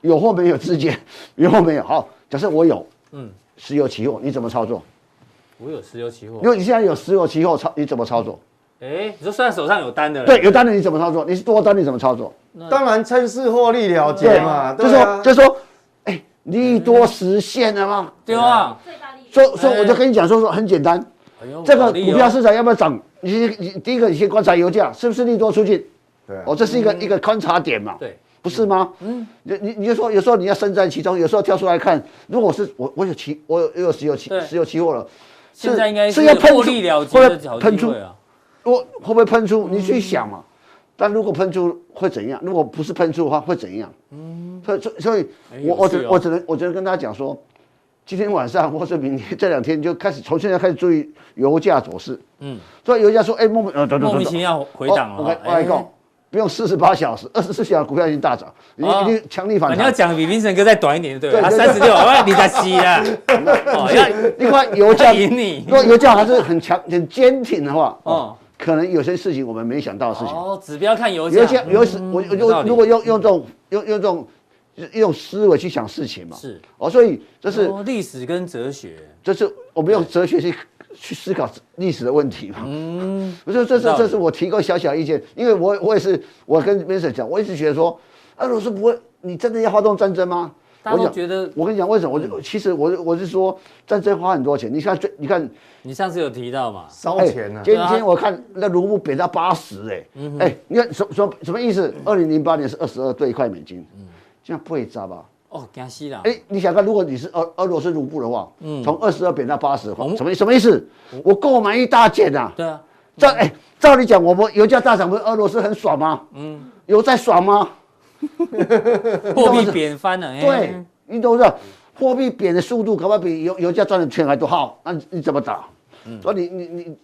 有或没有之间，有或没有，好，假设我有，嗯嗯，石油期货你怎么操作？我有石油期货如。果你现在有石油期货操，你怎么操作？哎，你说虽然手上有单的，对，，有单的你怎么操作？你是多单你怎么操作？当然趁势获利了结嘛，就对说啊，就说，哎，利多实现了吗？对啊，最大利润所以所以我就跟你讲说说很简单，哎呦这个好利哦股票市场要不要涨？你先你第一个你先观察油价是不是利多出尽，对啊哦，这是一个一个观察点嘛。嗯对，不是吗？嗯，你你你就说有时候你要身在其中，有时候跳出来看。如果我是我我有期我有我有石油期对石油期货了，是现在应该是是要喷获出利了结会的好喷机出会，啊。我会不会喷出？你去想嘛。但如果喷出会怎样？如果不是喷出的话会怎样？嗯，所以所以所以哎我有我趣只哦我只能我只能跟大家讲说，今天晚上或是明天这两天你就开始从现在开始注意油价走势。嗯嗯，所以油价说哎莫名呃等等莫等名等其。妙回档哦了哎我跟哈，我跟你讲，不用四十八小时，二十四小时股票已经大涨，已经哦已经强力反啊你要弹。讲比凌晨哥再短一点，对不对？对他对三十六，我你才吸 [LAUGHS] 啦。哦，要另外，油价要赢你如。果油价还是很强、很坚挺的话，哦哦，可能有些事情我们没想到的事情。哦，指标看油油价嗯价，，有时我我有道就理如果用用这种用用这种用思维去想事情嘛，是哦，所以这是哦历史跟哲学。这是我们用哲学去去思考历史的问题嘛。嗯，不是，这是道理这是我提供小小意见，因为我我也是我跟 Vincent 讲，我一直觉得说，俄罗斯不会，你真的要发动战争吗？大家都我讲觉得我跟你讲为什么？我就其实我我是说，战争花很多钱，你看最你看你上次有提到嘛？烧钱啊哎，今对啊天今天我看那卢布贬到八十哎，哎，你看什什么什么意思？二零零八年是二十二对一块美金，这样不会砸吧？哦，江西啦。哎，你想看，如果你是俄俄罗斯卢布的话，从二十二贬到八十的话我，们什么什么意思？我购买一大件啊，对 [LAUGHS] 啊，照哎、照理讲，我们油价大涨，不是俄罗斯很爽吗？嗯，有在爽吗？货币贬翻了。哎对，，你懂不懂？货币贬的速度，可不可以比油油价赚的钱还多？好，那你你怎么打？所以你你你你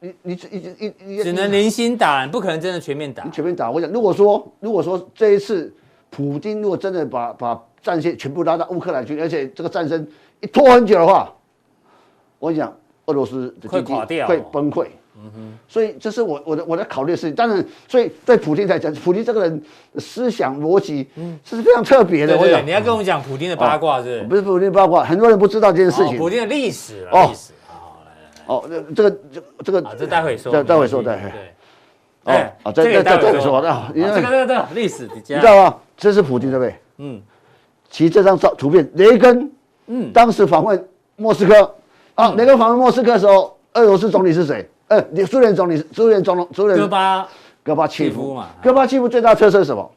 你你你你只能零星打，不可能真的全面打嗯你。全面打。我讲，如果说如果说这一次普京如果真的把把战线全部拉到乌克兰去，而且这个战争一拖很久的话，我跟你讲，俄罗斯的会经济垮掉嗯会崩溃。所以这是我我的我在考虑的事情。当然，所以对普京来讲，普京这个人的思想逻辑是非常特对别的。嗯对我对，讲你，要跟我们讲普丁的八卦是不不是普京八卦，很多人不知道这件是？事哦情。普丁的历史啦哦历史。好来来哦，这个这个好，这个啊这待会说，这待会说对对对。哦哎啊这个也这待这会这说，说那啊这因为个这个这个历史底你下知，道吗？这是普京对不对？嗯其实这张照图片，雷根，嗯嗯，当时访问莫斯科，啊，雷根访问莫斯科的时候，俄罗斯总理是谁？呃，苏联总理，苏联总统，苏戈联巴戈巴契契夫夫嘛嘛。戈巴契夫最大特色是什么？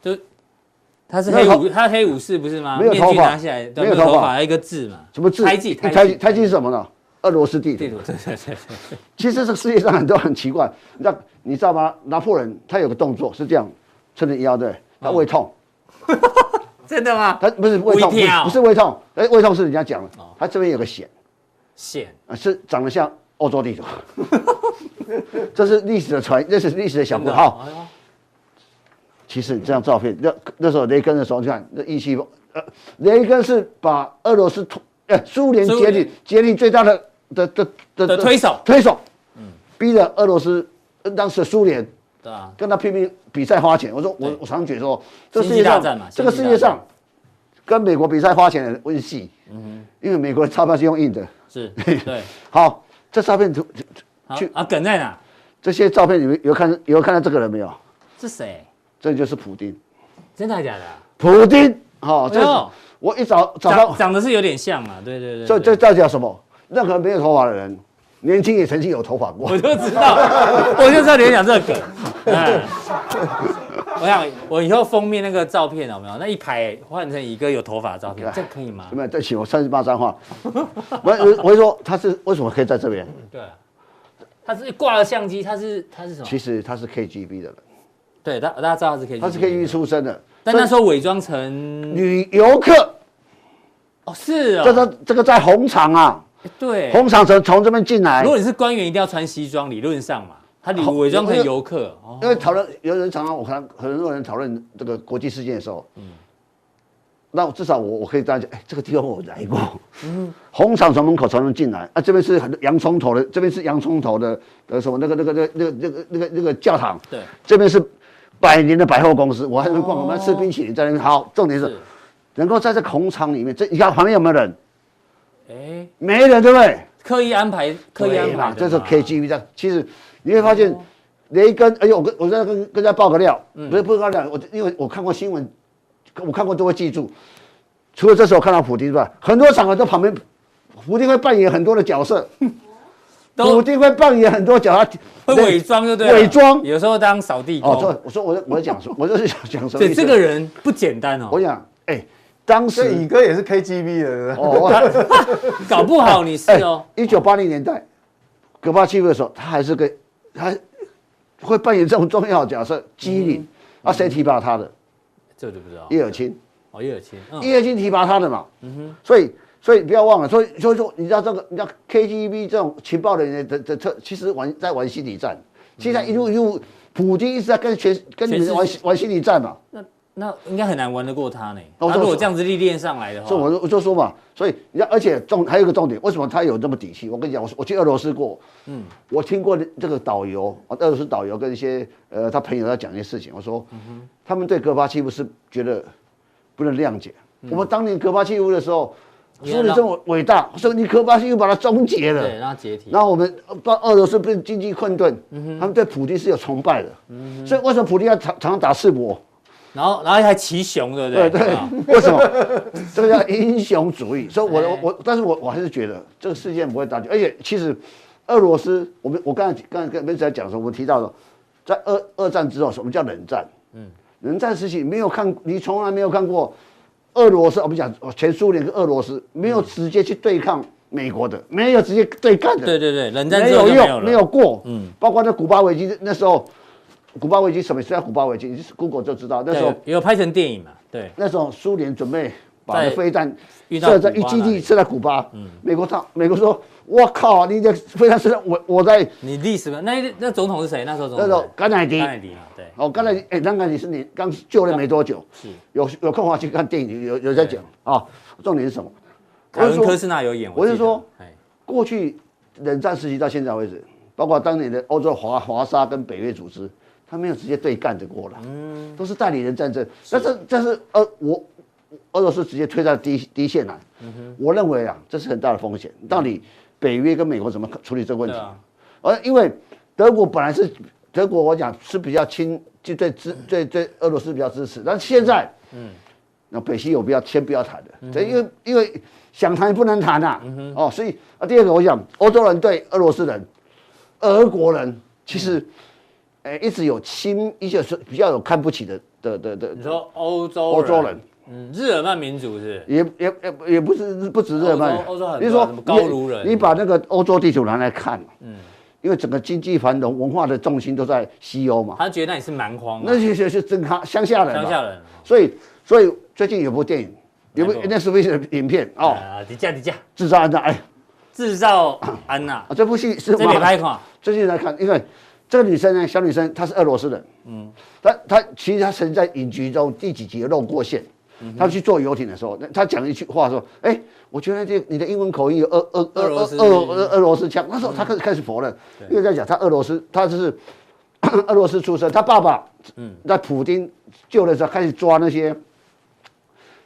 就他是黑没有武，他黑武士不是吗？没有面具头发拿下来，对没没有有头头发发，一个字嘛，什么字？胎记，一胎记，胎胎记是什么呢？俄罗斯地地图。图，对对对对，其实这世界上很多很奇怪，那你知道吗？拿破仑他有个动作是这样，撑着腰对，他胃痛，真的吗？他不是胃痛，哦不胃是跳哦不是胃痛，哎，胃痛是人家讲的，他这边有个癣。线啊，是长得像欧洲地图， [LAUGHS] 这是历史的传，这是历史的小故真事。的好，哎呦其实这张照片，那那时候雷根的时候，你看那意气风，呃，雷根是把俄罗斯推，呃，苏联苏解联体解体最大的的的的的推手嗯推手，逼着俄罗斯，呃当时的苏联对啊，跟他拼命比赛花钱。我说我对我常觉得说，这经世济界大上战嘛这个经济世大界战嗯上跟美国比赛花钱的人温系，因为美国的钞票是用印的。是， [LAUGHS] 对，好，这照片图好去啊，梗在哪？这些照片你们有看有看到这个人没有？是谁？这就是普丁，真的还假的啊？普丁，好、哦，这哎是呦我一早早长上，长得是有点像啊，对对对，这这 [LAUGHS] 对代表什么？任何没有头发的人，年轻也曾经有头发过我。就知道， [LAUGHS] 我就知道你会讲这个梗。哎我想我以后封面那个照片有没有？那一排换成一个有头发的照片，这可以吗有？没有？对不起， [LAUGHS] 我三十八脏话。我我我就说他是为什么可以在这边？对啊，他是挂了相机，他是他是什么？其实他是 KGB 的人，对，大大家知道他是 KGB，他是 KGB 出身的，但那时候伪装成女游客，哦是哦，这个这个在红场啊，哎对。红场城从这边进来如，果你是官员，一定要穿西装，理论上嘛，他理好伪装成因为游客哦，因为讨论有人常常我看很多人讨论这个国际事件的时候，那至少我我可以这样讲，哎，这个地方我来过，红场从门口才能进来，啊，这边是很洋葱头的，这边是洋葱头的呃什么那个那个那个那个那个那个那个教堂，对，这边是百年的百货公司，我还能逛，我们吃冰淇淋在那边。好，重点是是，能够在这空场里面，这你看旁边有没有人？哎，没人，对不对？刻意安排，刻意安对排嘛的这是嘛哦 KGB 这样。其实你会发现，雷根，哎呦，我跟我在跟跟大家爆个料，嗯不是不是爆料，我因为我看过新闻，我看过都会记住。除了这时候看到普京之外，很多场合都旁边，普京会扮演很多的角色，普都京会扮演很多角色，会伪装，就对了，伪装有时候当扫地哦，工，这我说我在我在讲说，我就是想讲什么对，意思？这个人不简单哦我，想，哎，当所时以乙哥也是 KGB 的，对不对哦，我搞不好你是哦，哎一九八零年代，戈巴契夫的时候，他还是个他会扮演这种重要的角色，机嗯灵。啊，谁提拔他的？哎这我就不知道，叶尔钦，哦，叶尔钦，嗯叶尔钦提拔他的嘛。所以，所以不要忘了，所以，所以说，你知道这个，你知道 KGB 这种情报人员的的特，其实玩在玩心理战，现在一路一路，普京一直在跟全跟你全世们玩界玩心理战嘛。那那应该很难玩得过他呢。哦他这如果是这样子历练上来的话，所以我就我就说嘛，所以你看，而且重还有一个重点，为什么他有这么底气？我跟你讲，我我去俄罗斯过，嗯，我听过这个导游，啊俄罗斯导游跟一些呃他朋友在讲一些事情，我说，他们对戈巴契夫是觉得不能谅解。我们当年戈巴契夫的时候，你说看你到这么伟大，说你戈巴契夫把它终结了，对让他解体，然后我们把俄罗斯变经济困顿，他们对普京是有崇拜的，所以为什么普京要常常常打赤膊？然后然后还骑熊，对不对？对啊 [LAUGHS] 对，为什 [LAUGHS] 么？这个叫英雄主义。所以我的哎我，但是我我还是觉得这个事件不会打紧，而且其实俄罗斯，我们我刚才刚才跟梅在讲的时候，我们提到了，在二二战之后，什么叫冷战？嗯，冷战时期没有看，你从来没有看过俄罗斯，我哦们讲前苏联跟俄罗斯嗯没有直接去对抗美国的，没有直接对干的，对对对，冷战没之后就有用，没没有有了。过。嗯，包括那古巴危机那时候。古巴危机什么？谁叫古巴危机？你去 Google 就知道。那时候对，有拍成电影嘛？对，那时候苏联准备把在那飞弹遇到设在古一巴基那里嗯地设在古巴，美国他美国说，我靠，你这飞弹设在我我在你历史嘛那那总统是谁？那时候总那统种甘乃迪甘，乃迪嘛，对，哦，甘乃迪，哎，甘乃迪是你刚就任没多久，嗯是有有空的话去看电影，有有在讲啊，重点是什么？凯文我科是说斯纳有演，我记是得说，哎，过去冷战时期到现在为止，包括当年的欧洲华华沙跟北约组织，他没有直接对干的过了，嗯都是代理人战争。但是但是呃，我俄罗斯直接推到第一第一线来，嗯我认为啊，这是很大的风险。到底北约跟美国怎么处理这个问题？对啊而因为德国本来是德国，我讲是比较亲，就对支对对俄罗斯比较支持，但是现在，嗯，那北溪有必要先不要谈的，这因为因为想谈也不能谈嗯呐、哦，所以啊，第二个我想，欧洲人对俄罗斯人、俄国人其嗯实，哎、一直有亲，一些是比较有看不起的的的的你说欧洲欧洲人。，嗯，日耳曼民族是也也也也不是不止日耳曼，欧洲欧洲很多你说什么高卢人你你把那个欧洲地图拿来看，嗯，因为整个经济繁荣、文化的重心都在西欧嘛，他觉得那里是蛮荒啊，那些些是真哈乡下人嘛，嗯乡下人所以所以最近有部电影，有部哪部 Netflix 的影片哦，啊，底价底价， 《自杀案》哎，制造安娜啊，这部戏是这里马拍款，最近来看，因为这个女生呢，小女生她是俄罗斯人，嗯，但她其实她曾在影集中第几集露过线。嗯她去坐游艇的时候，那她讲一句话说：“哎、我觉得这你的英文口音有俄俄俄俄罗俄斯嗯俄俄俄罗斯腔。”那时候她开始开始否认，因为在讲她俄罗斯，她就是 [COUGHS] 俄罗斯出生，她爸爸嗯在普丁救的时候开始抓那些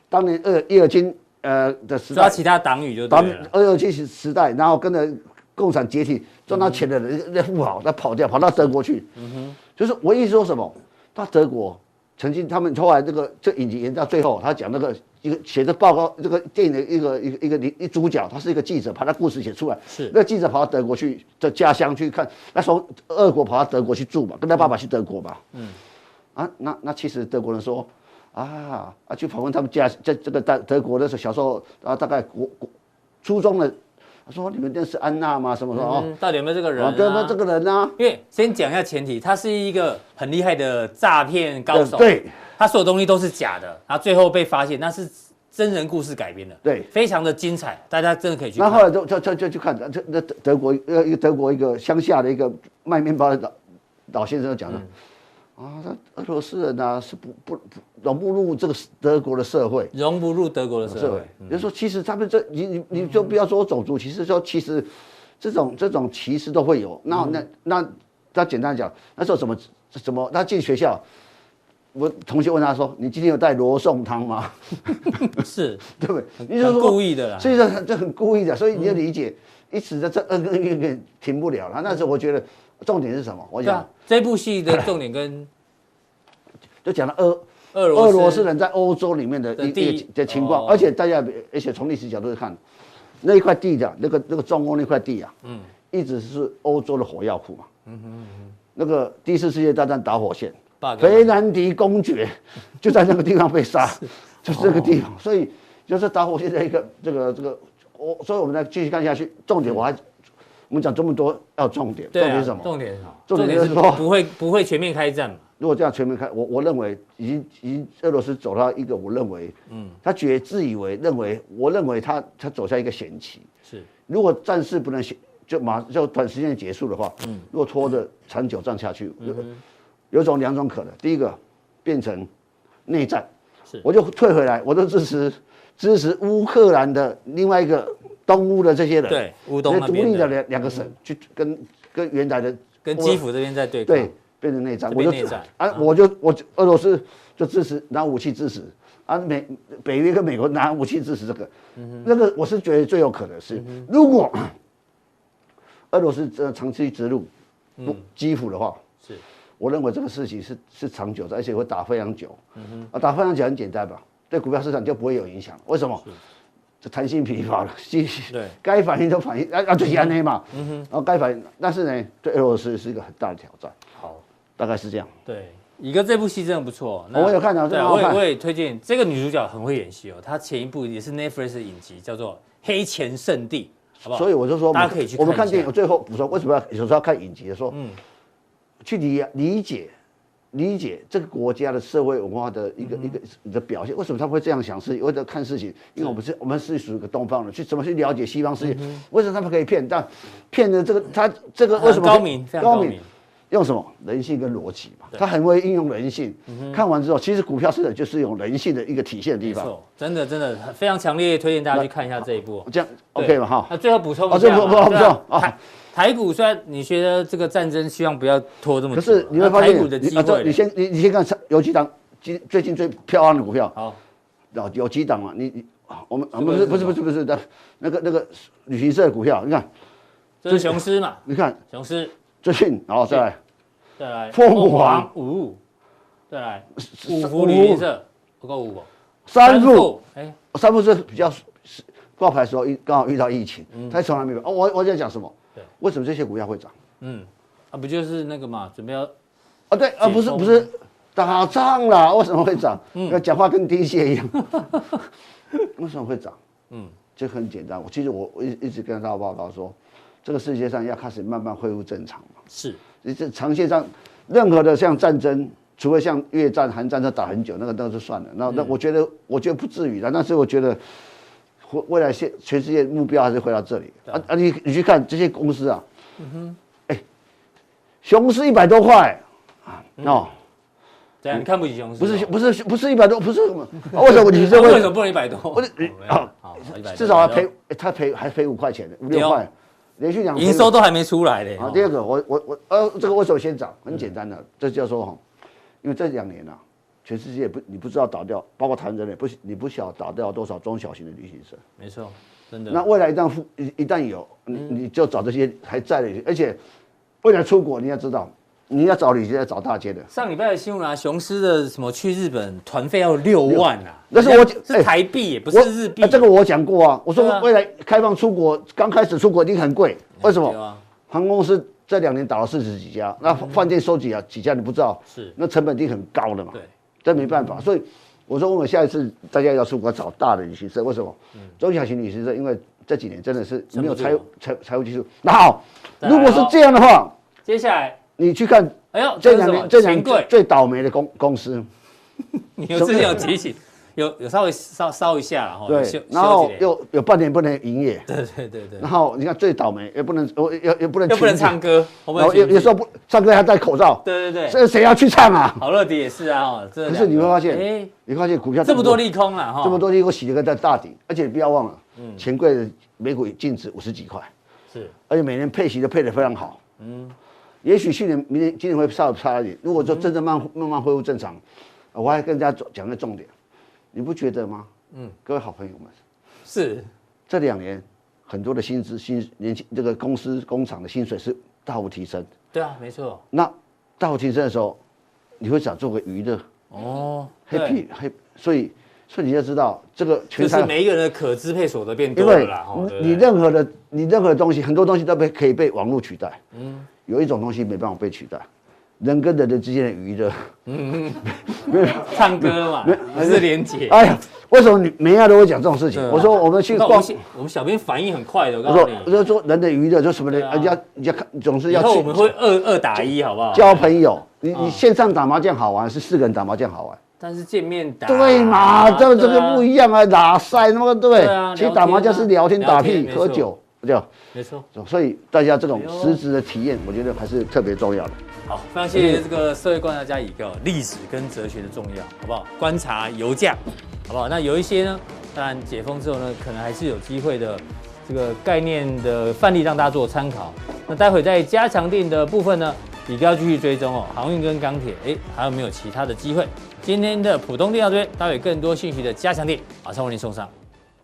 当年俄叶尔钦呃的时代抓，其他党羽就对把们了，嗯二六七时代，然后跟着共产解体赚到钱的人那富豪，他跑掉，跑到德国去。就是我意思说什么？到德国曾经他们后来这个这影集演到最后，他讲那个一个写的报告，这个电影的一个一个一个一主角，他是一个记者，把他故事写出来。是那记者跑到德国去，的家乡去看，那时候俄国跑到德国去住嘛，跟他爸爸去德国嘛。嗯。啊，那那其实德国人说。啊啊！去访问他们家，在这个在德国的时候，小时候啊，大概国国初中的我说你们认识安娜吗？什么什么哦嗯，到底有没有这个人、哦啊？，对吧？这个人呢？因为先讲一下前提，他是一个很厉害的诈骗高手，，对他所有东西都是假的，然后最后被发现那是真人故事改编的，对。非常的精彩，大家真的可以去然看。后后来就就就就去看，这那德德国呃一个德国一个乡下的一个卖面包的老老先生讲的，嗯啊，他俄罗斯人啊是不不不融不入这个德国的社会，融不入德国的社社会会，，也就是说，其实他们这你你你就不要说种族歧视，说其实这种这种歧视都会有。嗯那那那那简单讲，那时候怎么怎么他进学校，我同学问他说：“你今天有带罗宋汤吗 [LAUGHS] 是？”对不对？你就很说故意的嗯啦。所以说这很故意的，所以你要理解，一直在这嗯二个月个停不了了。那时候我觉得重点是什么？我对想啊，这部戏的重点跟就讲到俄俄罗 [COUGHS] 俄斯罗斯人在欧洲里面的的一地一的情况，哦而且大家而且从历史角度看，那一块地的那个那个中欧那块地啊，嗯，一直是欧洲的火药库嘛，嗯哼，那个第一次世界大战导火线， bug 裴南迪 [LAUGHS] 公爵就在那个地方被杀，就是这个地哦方，所以就是导火线的一个这个这个，我所以我们再继续看下去，重点我还我们讲这么多要重点，重嗯对啊点是什么？重点是什么？重点就是说不会不会全面开战嘛？如果这样全面看，我我认为已经已经俄罗斯走到一个我认为，嗯，他觉得自以为认为，我认为他他走向一个险棋。是如果战事不能协就马就短时间结束的话，嗯，如果拖着长久战下去，嗯有有种两种可能，第一个变成内战，是我就退回来，我就支持支持乌克兰的另外一个东乌的这些人，对乌东那独边立的嗯的两两个省、去跟跟原来的跟我基辅这边在对抗，对，变成内战，这我边就内战嗯啊，我就我就俄罗斯就支持拿武器支持啊，美北约跟美国拿武器支持这个，嗯那个我是觉得最有可能是，如果 [COUGHS] 俄罗斯这长期植入嗯不基辅的话，是我认为这个事情是是长久的，而且会打非常久，嗯啊，打非常久很简单吧，对股票市场就不会有影响，为什么？这弹性疲乏了， [LAUGHS] 信息对嗯该反应都反应，啊啊，就是安内嘛，然后该反应，但是呢，对俄罗斯是一个很大的挑战。好。大概是这样。对，乙哥这部戏真的不错，那我有看啊真对，的好我也看我也推荐。这个女主角很会演戏哦，她前一部也是 Netflix 的影集，叫做《黑钱圣地》，好不好？所以我就说，大家可以去我们看看一下电影最后补充，为什么要有时候要看影集？说，嗯，去理理解理解这个国家的社会文化的嗯一个、一个的表现，为什么他会这样想事情，为了看事情？因为我们是我们是属于一个东方人，去怎么去了解西方世嗯界？为什么他们可以骗？但骗的这个他这个很为什么可以高明，非常高明。用什么人性跟逻辑嘛，他很会应用人性。嗯看完之后，其实股票市场就是有人性的一个体现的地没方。错，真的真的很非常强烈推荐大家去看一下这一部。哦这样对 OK 嘛哈？那最后补充一哦下这嘛，不不不对啊不啊台台股虽然你觉得这个战争希望不要拖这么可久，是你会那发现，台股的你机啊这会你嘞，先你你先看上有几档今最近最漂亮的股票，好，然后有几档嘛？你你啊我们啊这不个是是不是什不么是不是的，那个那个旅行社的股票，你看这是雄狮嘛，你看雄狮，最近，然后再来再来凤凰五五，再来五福旅行社，不够五哦，三富，富，哎，三富是比较是挂牌的时候遇刚好遇到疫情，他从来没有哦。我我在讲什么嗯对？为什么这些股票会涨？嗯，啊，不就是那个嘛，准备要啊对啊不解是封嗯不是打仗啦，为什么会涨？要讲话跟滴血 [LAUGHS] 一样，为什么会涨？嗯这很简单。我其实我我一一直跟大家报告说，这个世界上要开始慢慢恢复正常嘛。是你这长线上，任何的像战争，除非像越战、韩战，这打很久，那个那就算了。那嗯那我觉得，我觉得不至于的。但是我觉得，未未来现全世界目标还是回到这里。啊啊，你你去看这些公司啊，嗯哼，哎，熊市一百多块啊，嗯哦，怎样？你看不起雄狮哦？不是不是不是一百多，不是什么，啊为什么你这那为会什么不能一百多？不是哦没有啊好，一百多至少还没有赔，他赔还赔五块钱，五对六哦块，连续两天营收都还没出来嘞。啊哦，嗯第二个，我我我呃，这个为什么先涨？很简单的、这叫说哈，因为这两年啊，全世界不你不知道倒掉，包括台湾人也不你不晓得倒掉多少中小型的旅行社。没错，真的。那未来一旦复一一旦有，你嗯你就找这些还在的，而且未来出国你要知道，你要找旅行社找大街的。上礼拜的新闻啊，雄狮的什么去日本团费要六万啊，那是我哎是台币耶，不我是日币呃。这个我讲过啊，我对说啊未来开放出国，刚开始出国一定很贵，为什对么？啊？嗯航空公司这两年倒了四十几家，那饭店收几啊几家你不知道，是那成本一定很高的嘛。对，这没办法。所以我说，我下一次大家要出国找大的旅行社，为什么？中小型旅行社因为这几年真的是嗯撑不住没有财务财财务技术。那好，再来如哦果是这样的话，接下来，你去看哎呦，这这是两什么？年这两钱年柜最，最倒霉的公公司，你有之前有提醒，有有稍微稍稍一下了哦哈，对修，然修后几年又有半年不能营业，对对对对，然后你看最倒霉也不能又又又不能又不能群聚唱，歌，我然后哦有有时候不唱歌还戴口罩，对对对，这谁要去唱啊？好乐迪也是啊，哦，这可两个是你会发现哎，你发现股票这么多利，利空哦了哈，这么多利，我洗了个大大底，而且不要忘了，钱柜的每股净值五十几块，是而且每年配息都配得非常好。嗯，也许去年、明年、今年会稍微差一点。如果说真的慢慢慢恢复正常，呃我还跟大家讲个重点，你不觉得吗？嗯，各位好朋友们，是，这两年很多的薪资、薪年轻这个公司工厂的薪水是大幅提升。对啊，没错，那大幅提升的时候，你会想做个娱乐哦，对， happy happy，所以所以你要知道这个全就是台。每一个人的可支配所得变多因了为啦，哈，对不你你对任何的你任何的东西，很多东西都被可以被网络取代。嗯，有一种东西没办法被取代，人跟人的之间的娱乐。唱歌嘛，不是连结。哎呀，为什么你每样都会讲这种事情对啊？我说我们去那我逛们，小我们小编反应很快的，我我告诉说你，我就说人的娱乐，就什么对人，啊人家人家看总是以要后我去们会二二打一，好不好？交朋友。你啊你线上打麻将好玩，是四个人打麻将好玩。但是见面打啊对嘛，这这个不样，一样啊，打赛那么对不对啊对？其实打麻聊天将啊是聊天打聊天屁没错喝酒，对吧没错。所以大家这种哎呦实质的体验，我觉得还是特别重要的。好，非常谢谢这个社会观察家乙哥，历史跟哲学的重要，好不好？观察油价，好不好？那有一些呢，当然解封之后呢，可能还是有机会的这个概念的范例让大家做参考。那待会在加强定的部分呢，乙哥要继续追踪哦，航运跟钢铁，哎，还有没有其他的机会？今天的浦东电到这边，待会更多信息的加强定马上为您送上。